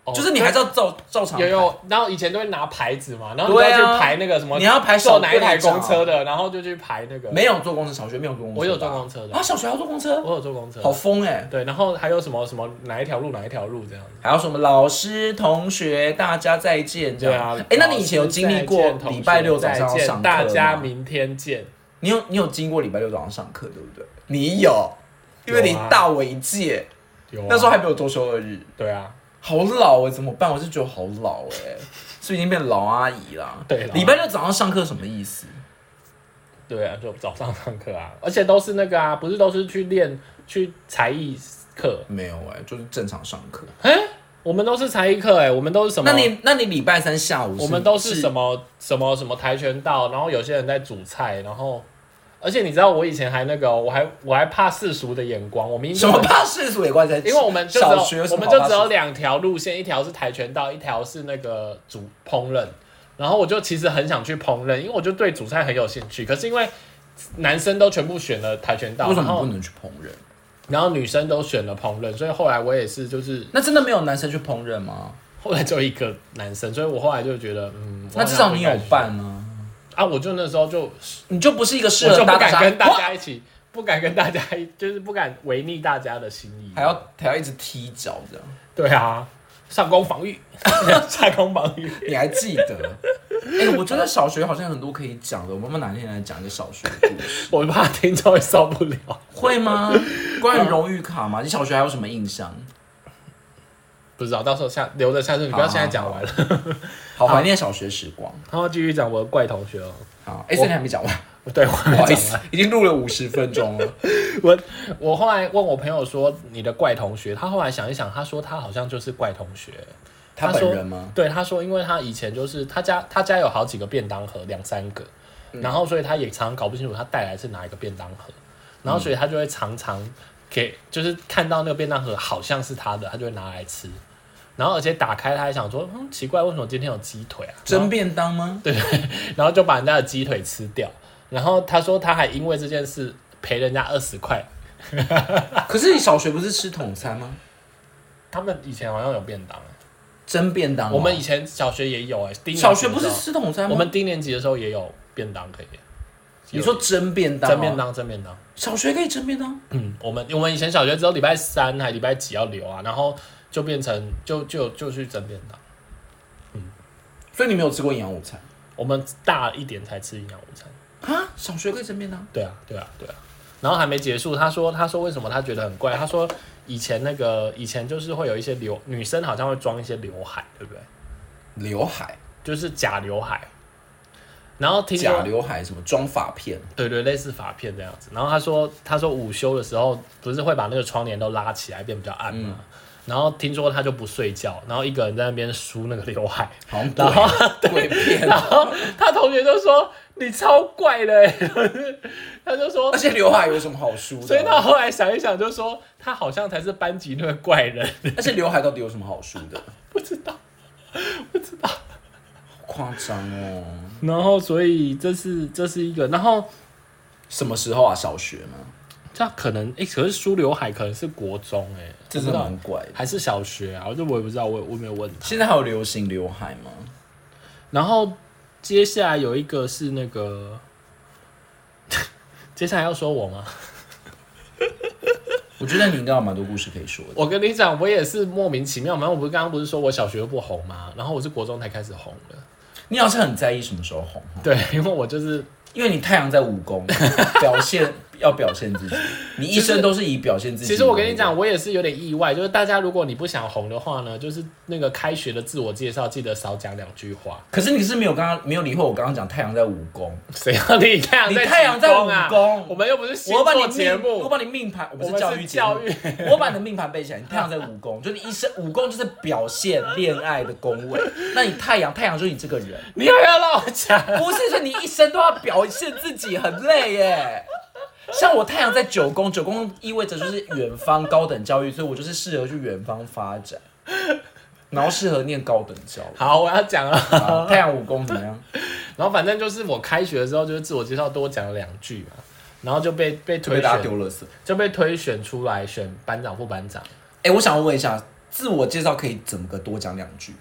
Speaker 1: 哦
Speaker 2: 就是你还是要照照常
Speaker 1: 有
Speaker 2: 排，
Speaker 1: 有，然后以前都会拿牌子嘛，然后你就
Speaker 2: 对
Speaker 1: 要
Speaker 2: 啊
Speaker 1: 去排那个什么，
Speaker 2: 你要排
Speaker 1: 坐
Speaker 2: 小
Speaker 1: 哪一台
Speaker 2: 队长
Speaker 1: 公车的，然后就去排那个。
Speaker 2: 没有坐公车，小学没有坐公车吧，
Speaker 1: 我有坐公车的
Speaker 2: 啊，小学还要坐公车，
Speaker 1: 我有坐公车，
Speaker 2: 好疯哎、
Speaker 1: 对，然后还有什么什么哪一条路哪一条路这样子。
Speaker 2: 还有什么老师、同学，大家再见这
Speaker 1: 对
Speaker 2: 样。
Speaker 1: 啊，
Speaker 2: 哎、那你以前有经历过
Speaker 1: 老师再见
Speaker 2: 礼拜六
Speaker 1: 同
Speaker 2: 早
Speaker 1: 学
Speaker 2: 上要
Speaker 1: 再
Speaker 2: 上
Speaker 1: 见，
Speaker 2: 课
Speaker 1: 大家
Speaker 2: 吗
Speaker 1: 明天见。
Speaker 2: 你有你有经过礼拜六早上上课对不对？你有，因为你大我一届，
Speaker 1: 有啊
Speaker 2: 那时候还没有周休二日，
Speaker 1: 对啊，
Speaker 2: 好老哎、怎么办？我是觉得好老哎、是不是已经变老阿姨啦。
Speaker 1: 对啦
Speaker 2: 礼拜六早上上课什么意思？
Speaker 1: 对啊，就早上上课啊，而且都是那个啊，不是都是去练去才艺课，
Speaker 2: 没有哎、就是正常上课。
Speaker 1: 我们都是才艺课哎，我们都是什么？
Speaker 2: 那你那你礼拜三下午
Speaker 1: 我们都是
Speaker 2: 是
Speaker 1: 什么什么什么跆拳道，然后有些人在煮菜，然后而且你知道我以前还那个哦，我还我还怕世俗的眼光，我明明
Speaker 2: 什
Speaker 1: 就
Speaker 2: 么怕世俗也怪在？
Speaker 1: 因为我们就只
Speaker 2: 小学有
Speaker 1: 有
Speaker 2: 什
Speaker 1: 我
Speaker 2: 么
Speaker 1: 们
Speaker 2: 好
Speaker 1: 就
Speaker 2: 怕
Speaker 1: 只
Speaker 2: 世
Speaker 1: 有
Speaker 2: 俗
Speaker 1: 两条路线，一条是跆拳道，一条是那个煮烹饪。然后我就其实很想去烹饪，因为我就对煮菜很有兴趣。可是因为男生都全部选了跆拳道，
Speaker 2: 为什
Speaker 1: 然
Speaker 2: 么
Speaker 1: 后
Speaker 2: 不能去烹饪？
Speaker 1: 然后女生都选了烹饪，所以后来我也是，就是
Speaker 2: 那真的没有男生去烹饪吗？
Speaker 1: 后来就一个男生，所以我后来就觉得，嗯，
Speaker 2: 那至少你有
Speaker 1: 办
Speaker 2: 伴啊，
Speaker 1: 啊，我就那时候就我
Speaker 2: 你就不是一个适合
Speaker 1: 就不
Speaker 2: 搭
Speaker 1: 敢
Speaker 2: 搭
Speaker 1: 跟大
Speaker 2: 哇
Speaker 1: 家一起，不敢跟大家一， 就是不敢违逆大家的心意，
Speaker 2: 还要还要一直踢脚这样，
Speaker 1: 对啊，上攻防御， 下攻防御，
Speaker 2: 你还记得？ 哎、我觉得小学好像很多可以讲的，我们慢慢哪天来讲一个小学的故事，
Speaker 1: 我怕听众会受不了。
Speaker 2: 会 吗？关于荣誉卡吗？你小学还有什么印象？
Speaker 1: 不知道，到时候下留着下次，你不要现在讲完了，
Speaker 2: 好怀念小学时光。
Speaker 1: 然后继续讲我的怪同学哦。
Speaker 2: 好，哎、欸，这你还没讲完，
Speaker 1: 对，我
Speaker 2: 不
Speaker 1: 还
Speaker 2: 好
Speaker 1: 没讲
Speaker 2: 意思
Speaker 1: 完。，
Speaker 2: 已经录了五十分钟了。
Speaker 1: 我我后来问我朋友说你的怪同学，他后来想一想，他说他好像就是怪同学。
Speaker 2: 他
Speaker 1: 说
Speaker 2: 本人吗？？
Speaker 1: 对，他说，因为他以前就是他家他家有好几个便当盒，两三个，
Speaker 2: 嗯
Speaker 1: 然后所以他也常常搞不清楚他带来是哪一个便当盒，然后所以他就会常常给，就是看到那个便当盒好像是他的，他就会拿来吃，然后而且打开他还想说，嗯，奇怪，为什么今天有鸡腿啊？
Speaker 2: 蒸便当吗？对，
Speaker 1: 然后就把人家的鸡腿吃掉，然后他说他还因为这件事赔人家二十块，
Speaker 2: 可是你小学不是吃统餐吗？
Speaker 1: 他们以前好像有便当欸、
Speaker 2: 蒸便当吗，
Speaker 1: 我们以前小学也有哎、低年级
Speaker 2: 哦小学不
Speaker 1: 的
Speaker 2: 是
Speaker 1: 时候
Speaker 2: 吃统餐吗？
Speaker 1: 我们低年级的时候也有便当可以。
Speaker 2: 你说蒸便当、啊
Speaker 1: 蒸便，当，蒸便当。
Speaker 2: 小学可以蒸便当，
Speaker 1: 嗯，我们我们以前小学只有礼拜三还礼拜几要留啊，然后就变成就就就去蒸便当。
Speaker 2: 所以你没有吃过营养午餐。
Speaker 1: 我们大一点才吃营养午餐。
Speaker 2: 啊，小学可以蒸便当？
Speaker 1: 对啊，对啊，对啊。然后还没结束，他说他说为什么他觉得很怪？他说以前那个以前就是会有一些刘女生好像会装一些刘海，对不对？
Speaker 2: 刘海、
Speaker 1: 就是假刘海。然后听说
Speaker 2: 假刘海什么装发片？
Speaker 1: 对对，类似发片这样子。然后他说，他说午休的时候不是会把那个窗帘都拉起来，变比较暗嘛。然后听说他就不睡觉，然后一个人在那边梳那个刘海。
Speaker 2: 好像鬼
Speaker 1: 然后，
Speaker 2: 鬼片，
Speaker 1: 然后他同学就说：“你超怪的欸。”他就说
Speaker 2: 而，且刘海有什么好梳
Speaker 1: 所以他
Speaker 2: 的？
Speaker 1: 后来想一想，就说他好像才是班级那个怪人，
Speaker 2: 而且刘海到底有什么好梳的？
Speaker 1: 不知道。
Speaker 2: 好夸张哦！
Speaker 1: 然后，所以这是这是一个，然后
Speaker 2: 什么时候啊？小学吗？
Speaker 1: 他可能诶，可是梳刘海可能是国中诶，
Speaker 2: 这
Speaker 1: 不知
Speaker 2: 真的
Speaker 1: 道
Speaker 2: 蛮怪的。
Speaker 1: 还是小学啊？这我也不知道，我也我没有问他。
Speaker 2: 现在还有流行刘海吗？
Speaker 1: 然后接下来有一个是那个， 接下来要说我吗？
Speaker 2: 我觉得你应该有蛮多故事可以说的。
Speaker 1: 我跟你讲，我也是莫名其妙。反正我不是刚刚不是说我小学不红吗？然后我是国中才开始红的。
Speaker 2: 你 好像很在意什么时候红，
Speaker 1: 对，因为我就是
Speaker 2: 因为你太阳在五宫，表现要表现自己，你一生都是以表现自己。
Speaker 1: 其实我跟你，讲，我也是有点意外，就是大家如果你不想红的话呢，就是那个开学的自我介绍，记得少讲两句话。
Speaker 2: 可是你是没有刚刚没有理会我刚刚讲太阳在武功，
Speaker 1: 谁让你太阳在
Speaker 2: 你太阳在
Speaker 1: 其中啊
Speaker 2: 武功
Speaker 1: 我们又不是星
Speaker 2: 我要把你
Speaker 1: 座
Speaker 2: 命
Speaker 1: 节
Speaker 2: 我
Speaker 1: 目，
Speaker 2: 把你命盘，我们
Speaker 1: 我
Speaker 2: 是
Speaker 1: 们
Speaker 2: 教
Speaker 1: 是
Speaker 2: 育节
Speaker 1: 教
Speaker 2: 目，
Speaker 1: 育
Speaker 2: 我把你的命盘背起来。你太阳在武功， 就是一生武功就是表现恋爱的宫位，那你太阳太阳就是你这个人，
Speaker 1: 你又要让我讲？
Speaker 2: 不是说你一生都要表现自己，很累耶。 像我太阳在九宫，九宫意味着就是远方高等教育，所以我就是适合去远方发展，然后适合念高等教育。
Speaker 1: 好，我要讲了。
Speaker 2: 啊太阳武功怎么样？
Speaker 1: 然后反正就是我开学的时候，就是自我介绍多讲了两句嘛，然后就被被推选，
Speaker 2: 了色。
Speaker 1: 就被推选出来选班长、副班长。
Speaker 2: 哎、我想问一下，自我介绍可以怎么个多讲两句？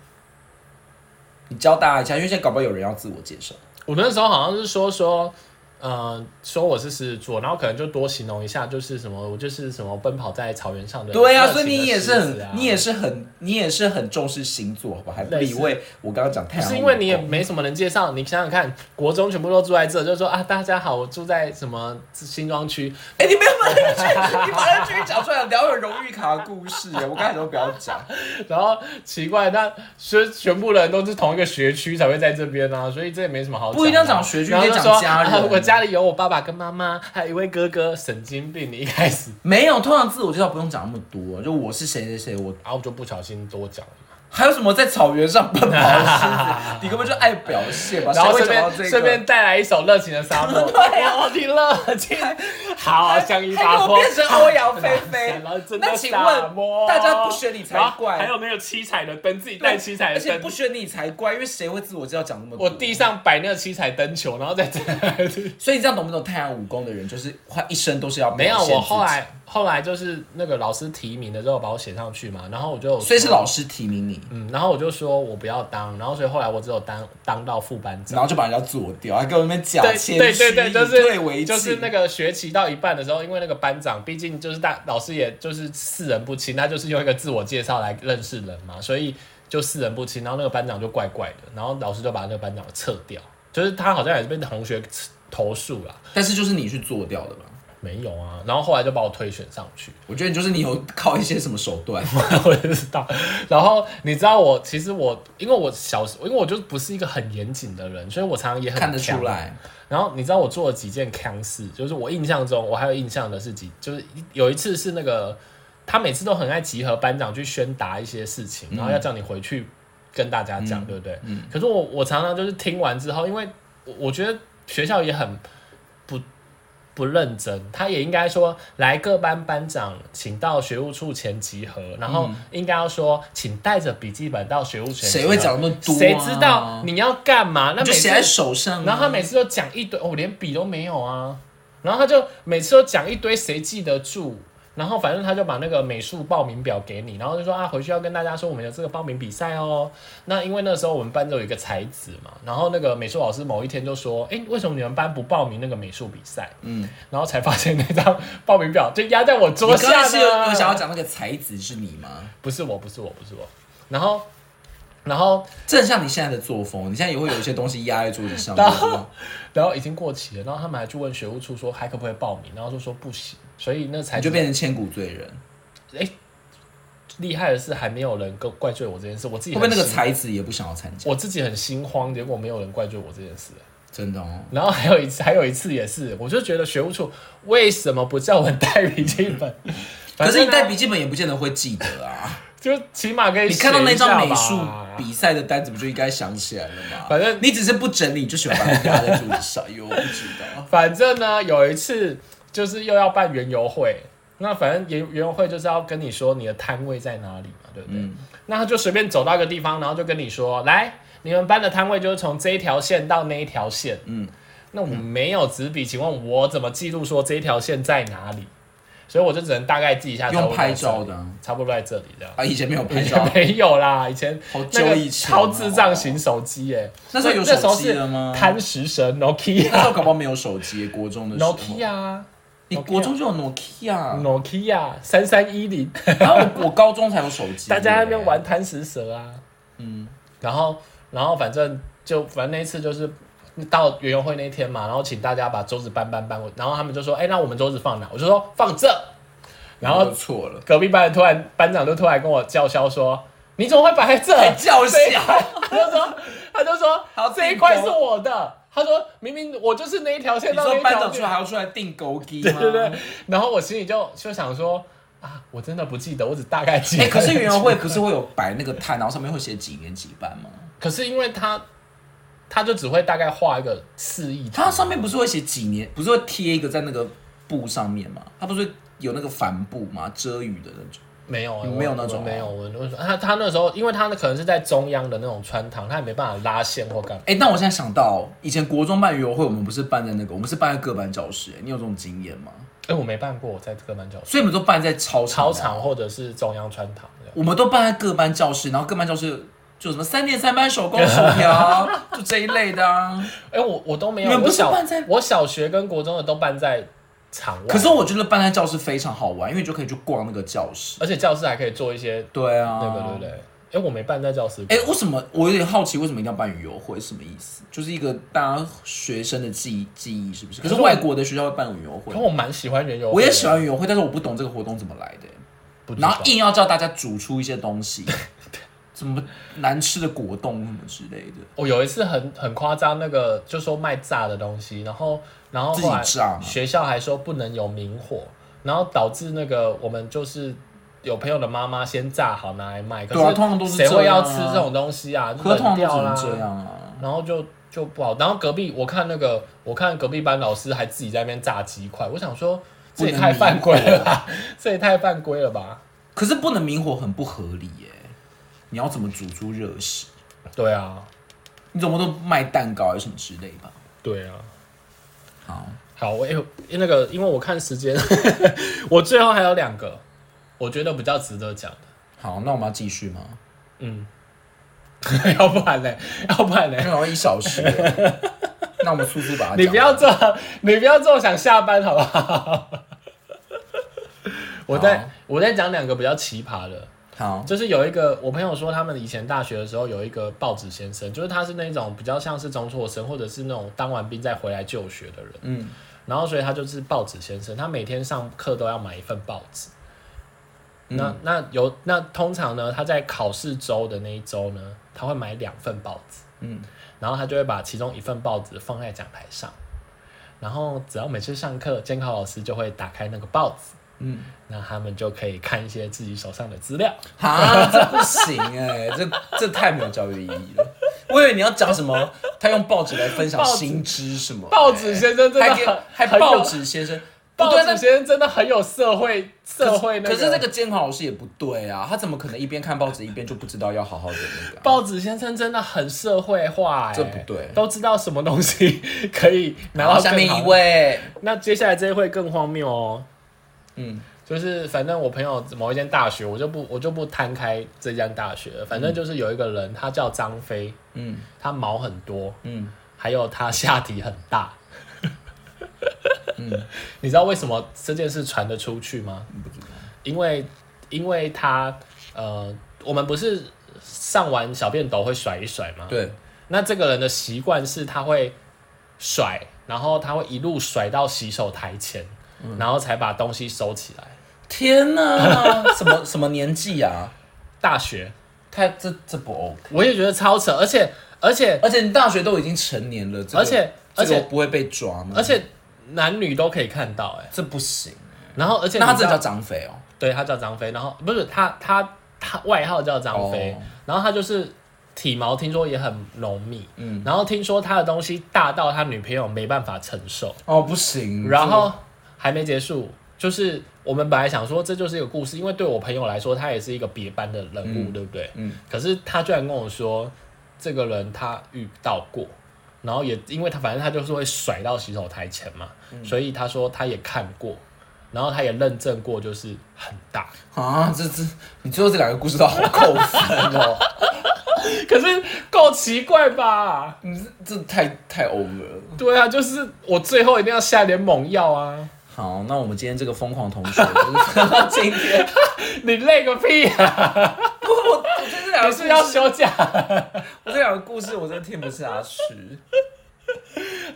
Speaker 2: 你教大家一下，因为现在搞不好有人要自我介绍。
Speaker 1: 我那时候好像是说说，呃，说我是狮子座，然后可能就多形容一下，就是什么，我就是什么奔跑在草原上的热情的狮
Speaker 2: 对
Speaker 1: 子啊，
Speaker 2: 啊，所以你也是很，你也
Speaker 1: 是，
Speaker 2: 是很，你也是很重视星座，好吧？还不
Speaker 1: 类
Speaker 2: 理
Speaker 1: 似
Speaker 2: 会我刚刚讲太阳。
Speaker 1: 是因为你也没什么人介绍，你想想看，国中全部都住在这，就说啊，大家好，我住在什么新庄区，
Speaker 2: 哎、你不要把那个剧，你把那个剧讲出来，聊有荣誉卡的故事。我刚才都不要讲，
Speaker 1: 然后奇怪，那全全部人都是同一个学区才会在这边啊，所以这也没什么好的。
Speaker 2: 不一定要讲学区
Speaker 1: 然后就
Speaker 2: 可以
Speaker 1: 说
Speaker 2: 讲家人
Speaker 1: 啊我家里有我爸爸跟妈妈，还有一位哥哥，神经病！你一开始，
Speaker 2: 没有。通常自我介绍不用讲那么多，就我是谁谁谁，我
Speaker 1: 然后我就不小心多讲了。
Speaker 2: 还有什么在草原上奔跑的狮 子，你根本就爱表现吧。
Speaker 1: 然后
Speaker 2: 谁
Speaker 1: 顺
Speaker 2: 会讲到
Speaker 1: 便
Speaker 2: 这个
Speaker 1: 顺便带来一首《热情的沙 漠》，啊我听热情，好像一
Speaker 2: 还
Speaker 1: 把
Speaker 2: 给
Speaker 1: 火
Speaker 2: 我。变成欧阳菲菲
Speaker 1: 然后真。的
Speaker 2: 那请
Speaker 1: 沙
Speaker 2: 问
Speaker 1: 漠
Speaker 2: 大家不选你才
Speaker 1: 然后
Speaker 2: 怪，
Speaker 1: 还有那个七彩的灯，自己带七彩
Speaker 2: 而
Speaker 1: 的
Speaker 2: 且
Speaker 1: 灯
Speaker 2: 不。选你才怪，因为谁会自我介绍讲那么多？
Speaker 1: 我地上摆那个七彩灯球，然后再
Speaker 2: 所以你这样懂不懂？太阳武功的人就是他一生都是要表
Speaker 1: 没有，
Speaker 2: 现
Speaker 1: 我
Speaker 2: 自己
Speaker 1: 后，来后来就是那个老师提名的时候把我写上去嘛，然后我就有
Speaker 2: 所以是
Speaker 1: 说
Speaker 2: 老师提名你，
Speaker 1: 嗯，然后我就说我不要当，然后所以后来我只有当当到副班
Speaker 2: 然
Speaker 1: 长。
Speaker 2: 后就把人家做掉，还跟我们讲
Speaker 1: 对
Speaker 2: 谦虚，
Speaker 1: 对对对，就
Speaker 2: 以退为
Speaker 1: 是
Speaker 2: 进，
Speaker 1: 就是那个学期到一半的时候，因为那个班长毕竟就是大老师，也就是四人不清，他就是用一个自我介绍来认识人嘛，所以就四人不清。然后那个班长就怪怪的，然后老师就把那个班长撤掉，就是他好像也是被同学投诉啦，
Speaker 2: 但是就是你去做掉的吧？
Speaker 1: 没有啊，然后后来就把我推选上去。
Speaker 2: 我觉得你就是你有靠一些什么手段，
Speaker 1: 我也知道。然后你知道我，其实我因为我小时，因为我就不是一个很严谨的人，所以我常常也很
Speaker 2: 看得出
Speaker 1: 强。
Speaker 2: 来。
Speaker 1: 然后你知道我做了几件坑事，就是我印象中我还有印象的是几，就是有一次是那个他每次都很爱集合班长去宣达一些事
Speaker 2: 嗯
Speaker 1: 情，然后要叫你回去跟大家讲，对不对？可是我我常常就是听完之后，因为我我觉得学校也很不不认真，他也应该说来各班班长请到学务处前集合，然后应该要说请带着笔记本到学务处前集合。
Speaker 2: 嗯谁会讲那么多啊
Speaker 1: 谁知道你要干嘛？那
Speaker 2: 就
Speaker 1: 每次
Speaker 2: 写在手上啊、
Speaker 1: 然后他每次都讲一堆，我、哦连笔都没有啊。然后他就每次都讲一堆，谁记得住？然后反正他就把那个美术报名表给你，然后就说啊，回去要跟大家说我们有这个报名比赛哦。那因为那时候我们班就有一个才子嘛，然后那个美术老师某一天就说，哎，为什么你们班不报名那个美术比赛？嗯，然后才发现那张报名表就压在我桌
Speaker 2: 你刚
Speaker 1: 下
Speaker 2: 才
Speaker 1: 呢。
Speaker 2: 是有有想要讲那个才子是你吗？
Speaker 1: 不是我，不是我，不是我。然后，然后
Speaker 2: 这很像你现在的作风，你现在也会有一些东西压在桌子上，对吗
Speaker 1: 然后已经过期了，然后他们还去问学务处说还可不可以报名，然后就说不行，所以那才
Speaker 2: 你就变成千古罪人。
Speaker 1: 厉害的是还没有人跟怪罪我这件事，我自己
Speaker 2: 会不会
Speaker 1: 很
Speaker 2: 那个
Speaker 1: 心
Speaker 2: 才子也不想要参加？
Speaker 1: 我自己很心慌，结果没有人怪罪我这件事。
Speaker 2: 真的哦，
Speaker 1: 然后还有一次，还 有一次也是，我就觉得学务处为什么不叫我带笔记本？
Speaker 2: 可是你带
Speaker 1: 反正呢，
Speaker 2: 笔记本也不见得会记得啊。
Speaker 1: 就起码可以
Speaker 2: 你看到那张美
Speaker 1: 写一
Speaker 2: 术
Speaker 1: 下吧
Speaker 2: 比赛的单子，不就应该想起来了吗？
Speaker 1: 反正
Speaker 2: 你只是不整理，就喜欢把它压在桌子上。哟，我不知道。
Speaker 1: 反正呢，有一次就是又要办园游会，那反正园园游会就是要跟你说你的摊位在哪里嘛，对不对？
Speaker 2: 嗯
Speaker 1: 那他就随便走到一个地方，然后就跟你说，来，你们班的摊位就是从这一条线到那一条线，嗯，那我没有纸笔，请问我怎么记录说这一条线在哪里？所以我就只能大概记一下，
Speaker 2: 用
Speaker 1: 差不多在
Speaker 2: 拍照
Speaker 1: 这里
Speaker 2: 的啊
Speaker 1: 差不多在这里这样。
Speaker 2: 啊，以前没有拍
Speaker 1: 以
Speaker 2: 照
Speaker 1: 前， 没有啦，以前
Speaker 2: 好
Speaker 1: 那
Speaker 2: 久
Speaker 1: 个
Speaker 2: 以前哦
Speaker 1: 超智障型手机耶、
Speaker 2: 那时候有
Speaker 1: 那时候
Speaker 2: 手机
Speaker 1: 是
Speaker 2: 了吗？
Speaker 1: 贪食蛇 Nokia
Speaker 2: 那时候搞不好没有手机，国中的时候。
Speaker 1: Nokia 啊
Speaker 2: 你国中就有 Nokia，
Speaker 1: Nokia 三三一零，
Speaker 2: 然后我我高中才有手机。
Speaker 1: 大家在那边玩贪食蛇啊，嗯，然后然后反正就反正那一次就是到园游会那一天嘛，然后请大家把桌子搬搬搬，我然后他们就说，哎、那我们桌子放哪？我就说放这，然后
Speaker 2: 我错了，
Speaker 1: 隔壁班突然班长就突然跟我叫嚣说：“你怎么会摆在这？”
Speaker 2: 太哎叫嚣
Speaker 1: 这一块他就说：“他就说
Speaker 2: 还要自己
Speaker 1: 这一块是我的。”他说：“明明我就是那一条线
Speaker 2: 你
Speaker 1: 到那
Speaker 2: 说
Speaker 1: 一
Speaker 2: 班
Speaker 1: 条
Speaker 2: 长出来
Speaker 1: 线。
Speaker 2: 哦还要出来定勾机”
Speaker 1: 对
Speaker 2: 吗？
Speaker 1: 对对。然后我心里就就想说：“啊，我真的不记得，我只大概记得。”
Speaker 2: 哎、可是园游会不是会有摆那个摊，然后上面会写几年几班吗？
Speaker 1: 可是因为他他就只会大概画一个示意图，
Speaker 2: 它上面不是会写几年，不是会贴一个在那个布上面吗？它不是有那个帆布吗？遮雨的那种。
Speaker 1: 没有、欸，
Speaker 2: 嗯没有
Speaker 1: 我
Speaker 2: 那种
Speaker 1: 我没有。我我他他那时候，因为他可能是在中央的那种穿堂，他也没办法拉线或干嘛。
Speaker 2: 哎、但我现在想到，以前国中办园游会，我们不是办在那个，我们是办在各班教室、欸你有这种经验吗？
Speaker 1: 哎、我没办过，我在这个班教室
Speaker 2: 所以我们都办在操
Speaker 1: 操，
Speaker 2: 场、
Speaker 1: 场或者是中央穿堂这样。
Speaker 2: 我们都办在各班教室，然后各班教室就什么三点三班手工薯 条，就这一类的啊。
Speaker 1: 哎、我我都没
Speaker 2: 你
Speaker 1: 有，
Speaker 2: 们不
Speaker 1: 我
Speaker 2: 是
Speaker 1: 小
Speaker 2: 办在
Speaker 1: 我小学跟国中的都办在场外，
Speaker 2: 可是我觉得办在教室非常好玩，因为你就可以去逛那个教室。
Speaker 1: 而且教室还可以做一些
Speaker 2: 对啊，
Speaker 1: 那个，对不对？哎、我没办在教室过，
Speaker 2: 哎、为什么我有点好奇，为什么一定要办旅游会？什么意思？就是一个大家学生的记忆记忆，是不是？可
Speaker 1: 可
Speaker 2: 是
Speaker 1: 是我
Speaker 2: 外国的学校会办旅游会
Speaker 1: 可，我蛮喜欢园游会
Speaker 2: 我
Speaker 1: 的，
Speaker 2: 也喜欢旅游会，但是我不懂这个活动怎么来的、
Speaker 1: 不知道，
Speaker 2: 然后硬要叫大家煮出一些 东西，怎么难吃的果冻什么之类的，
Speaker 1: 我有一次很很夸张，那个就说卖炸的东西，然后然后
Speaker 2: 自己
Speaker 1: 后来
Speaker 2: 炸嘛
Speaker 1: 学校还说不能有明火，然后导致那个我们就是有朋友的妈妈先炸好拿来卖，可
Speaker 2: 对啊通常都是
Speaker 1: 谁会
Speaker 2: 这样
Speaker 1: 要
Speaker 2: 啊
Speaker 1: 吃这种东西啊？
Speaker 2: 可是
Speaker 1: 冷
Speaker 2: 通常都只
Speaker 1: 掉啦
Speaker 2: 能，这样啊。
Speaker 1: 然后就就不好。然后隔壁我看那个我看隔壁班老师还自己在那边炸鸡块，我想说这也
Speaker 2: 不能啊
Speaker 1: 太犯规了吧， 这也太犯规了吧？
Speaker 2: 可是不能明火很不合理耶、你要怎么煮出热食？
Speaker 1: 对啊，
Speaker 2: 你怎么都卖蛋糕还是什么之类吧？
Speaker 1: 对啊。
Speaker 2: 好，
Speaker 1: 好，我有、欸、那个，因为我看时间， 我最后还有两个，我觉得比较值得讲的。
Speaker 2: 好，那我们要继续吗？
Speaker 1: 嗯，要不然嘞，要不然嘞，
Speaker 2: 然后一 小时了，那我们速速把它讲完。
Speaker 1: 你不要这，你不要这么想下班好不好？ 我再
Speaker 2: 好
Speaker 1: 我再讲两个比较奇葩的，
Speaker 2: 好，
Speaker 1: 就是有一个我朋友说，他们以前大学的时候有一个报纸先生，就是他是那种比较像是中辍生，或者是那种当完兵再回来就学的人。
Speaker 2: 嗯，
Speaker 1: 然后所以他就是报纸先生，他每天上课都要买一份报纸。那
Speaker 2: 嗯
Speaker 1: 那有那通常呢，他在考试周的那一周呢，他会买两份报纸，
Speaker 2: 嗯，
Speaker 1: 然后他就会把其中一份报纸放在讲台上，然后只要每次上课，监考老师就会打开那个报纸，
Speaker 2: 嗯，
Speaker 1: 那他们就可以看一些自己手上的资料。
Speaker 2: 啊，这不行哎、这这太没有教育意义了。我以为你要讲什么，他用报纸来分享
Speaker 1: 报纸
Speaker 2: 新知什么，哎
Speaker 1: 报纸先生真
Speaker 2: 还
Speaker 1: 的
Speaker 2: 给
Speaker 1: 很
Speaker 2: 还
Speaker 1: 很有
Speaker 2: 报纸先生，不
Speaker 1: 报
Speaker 2: 对，
Speaker 1: 纸
Speaker 2: 那
Speaker 1: 先生真的很有社会社会那
Speaker 2: 可是
Speaker 1: 个
Speaker 2: 那个监考老师也不对啊，他怎么可能一边看报纸一边就不知道要好好的那个啊、
Speaker 1: 报纸先生真的很社会化、哎，
Speaker 2: 这不对
Speaker 1: 都知道什么东西可以拿到
Speaker 2: 好，下面
Speaker 1: 更好
Speaker 2: 一。位，
Speaker 1: 那接下来这一会更荒谬哦，
Speaker 2: 嗯，
Speaker 1: 就是反正我朋友某一间大学，我就不我就不摊开这间大学了，反正就是有一个人，他叫张飞，
Speaker 2: 嗯
Speaker 1: 他毛很多，
Speaker 2: 嗯，
Speaker 1: 还有他下体很大。你知道为什么这件事传得出去吗？
Speaker 2: 嗯不知道，
Speaker 1: 因为因为他呃，我们不是上完小便斗会甩一甩吗？
Speaker 2: 对，
Speaker 1: 那这个人的习惯是他会甩，然后他会一路甩到洗手台前，
Speaker 2: 嗯
Speaker 1: 然后才把东西收起来。
Speaker 2: 天哪，什么什么年纪啊？
Speaker 1: 大学，
Speaker 2: 他这这不 OK。
Speaker 1: 我也觉得超扯，而且而且
Speaker 2: 而且你大学都已经成年了，这个
Speaker 1: 而且
Speaker 2: 这
Speaker 1: 而且
Speaker 2: 个不会被抓吗？
Speaker 1: 而且男女都可以看到、哎，
Speaker 2: 这不行，
Speaker 1: 然后而且
Speaker 2: 那他
Speaker 1: 你知
Speaker 2: 真
Speaker 1: 道
Speaker 2: 的叫张飞哦。
Speaker 1: 对他叫张飞，然后不是他他他外号叫张飞，
Speaker 2: 哦
Speaker 1: 然后他就是体毛听说也很浓密，
Speaker 2: 嗯
Speaker 1: 然后听说他的东西大到他女朋友没办法承受，
Speaker 2: 哦，不行。
Speaker 1: 然后还没结束，就是我们本来想说这就是一个故事，因为对我朋友来说，他也是一个别班的人物，对不对？
Speaker 2: 嗯。
Speaker 1: 可是他居然跟我说，这个人他遇到过，然后也因为他反正他就是会甩到洗手台前嘛，
Speaker 2: 嗯
Speaker 1: 所以他说他也看过，然后他也认证过，就是很大。
Speaker 2: 这个啊，这这，你最后这两个故事都好扣分 哦，
Speaker 1: 可是够奇怪吧？
Speaker 2: 你这这太太 over 了。
Speaker 1: 对啊，就是我最后一定要下点猛药啊！
Speaker 2: 好，那我们今天这个疯狂同学， 就是今天
Speaker 1: 你累个屁啊！
Speaker 2: 我我这两
Speaker 1: 还
Speaker 2: 个故
Speaker 1: 是
Speaker 2: 事
Speaker 1: 要休假？
Speaker 2: 我这两个故事我真的听不下去。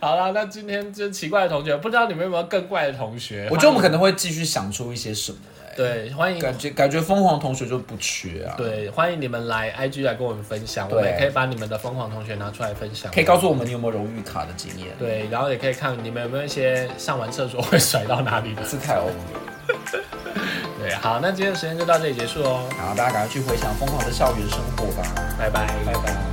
Speaker 1: 好啦，那今天就奇怪的同学，不知道你们有没有更怪的同学？
Speaker 2: 我觉得我们可能会继续想出一些什么、欸，
Speaker 1: 对欢迎
Speaker 2: 感觉感觉疯狂同学就不缺啊。
Speaker 1: 嗯对欢迎你们来 IG 来跟我们分享，我
Speaker 2: 对
Speaker 1: 们也可以把你们的疯狂同学拿出来分享。
Speaker 2: 可以告诉我们你有没有荣誉卡的经验？，
Speaker 1: 对，然后也可以看你们有没有一些上完厕所会甩到哪里的。
Speaker 2: 是太 over 了。
Speaker 1: 对，啊好，那今天的时间就到这里结束哦，
Speaker 2: 然后大家赶快去回想疯狂的校园生活吧，
Speaker 1: 拜拜，
Speaker 2: 拜拜。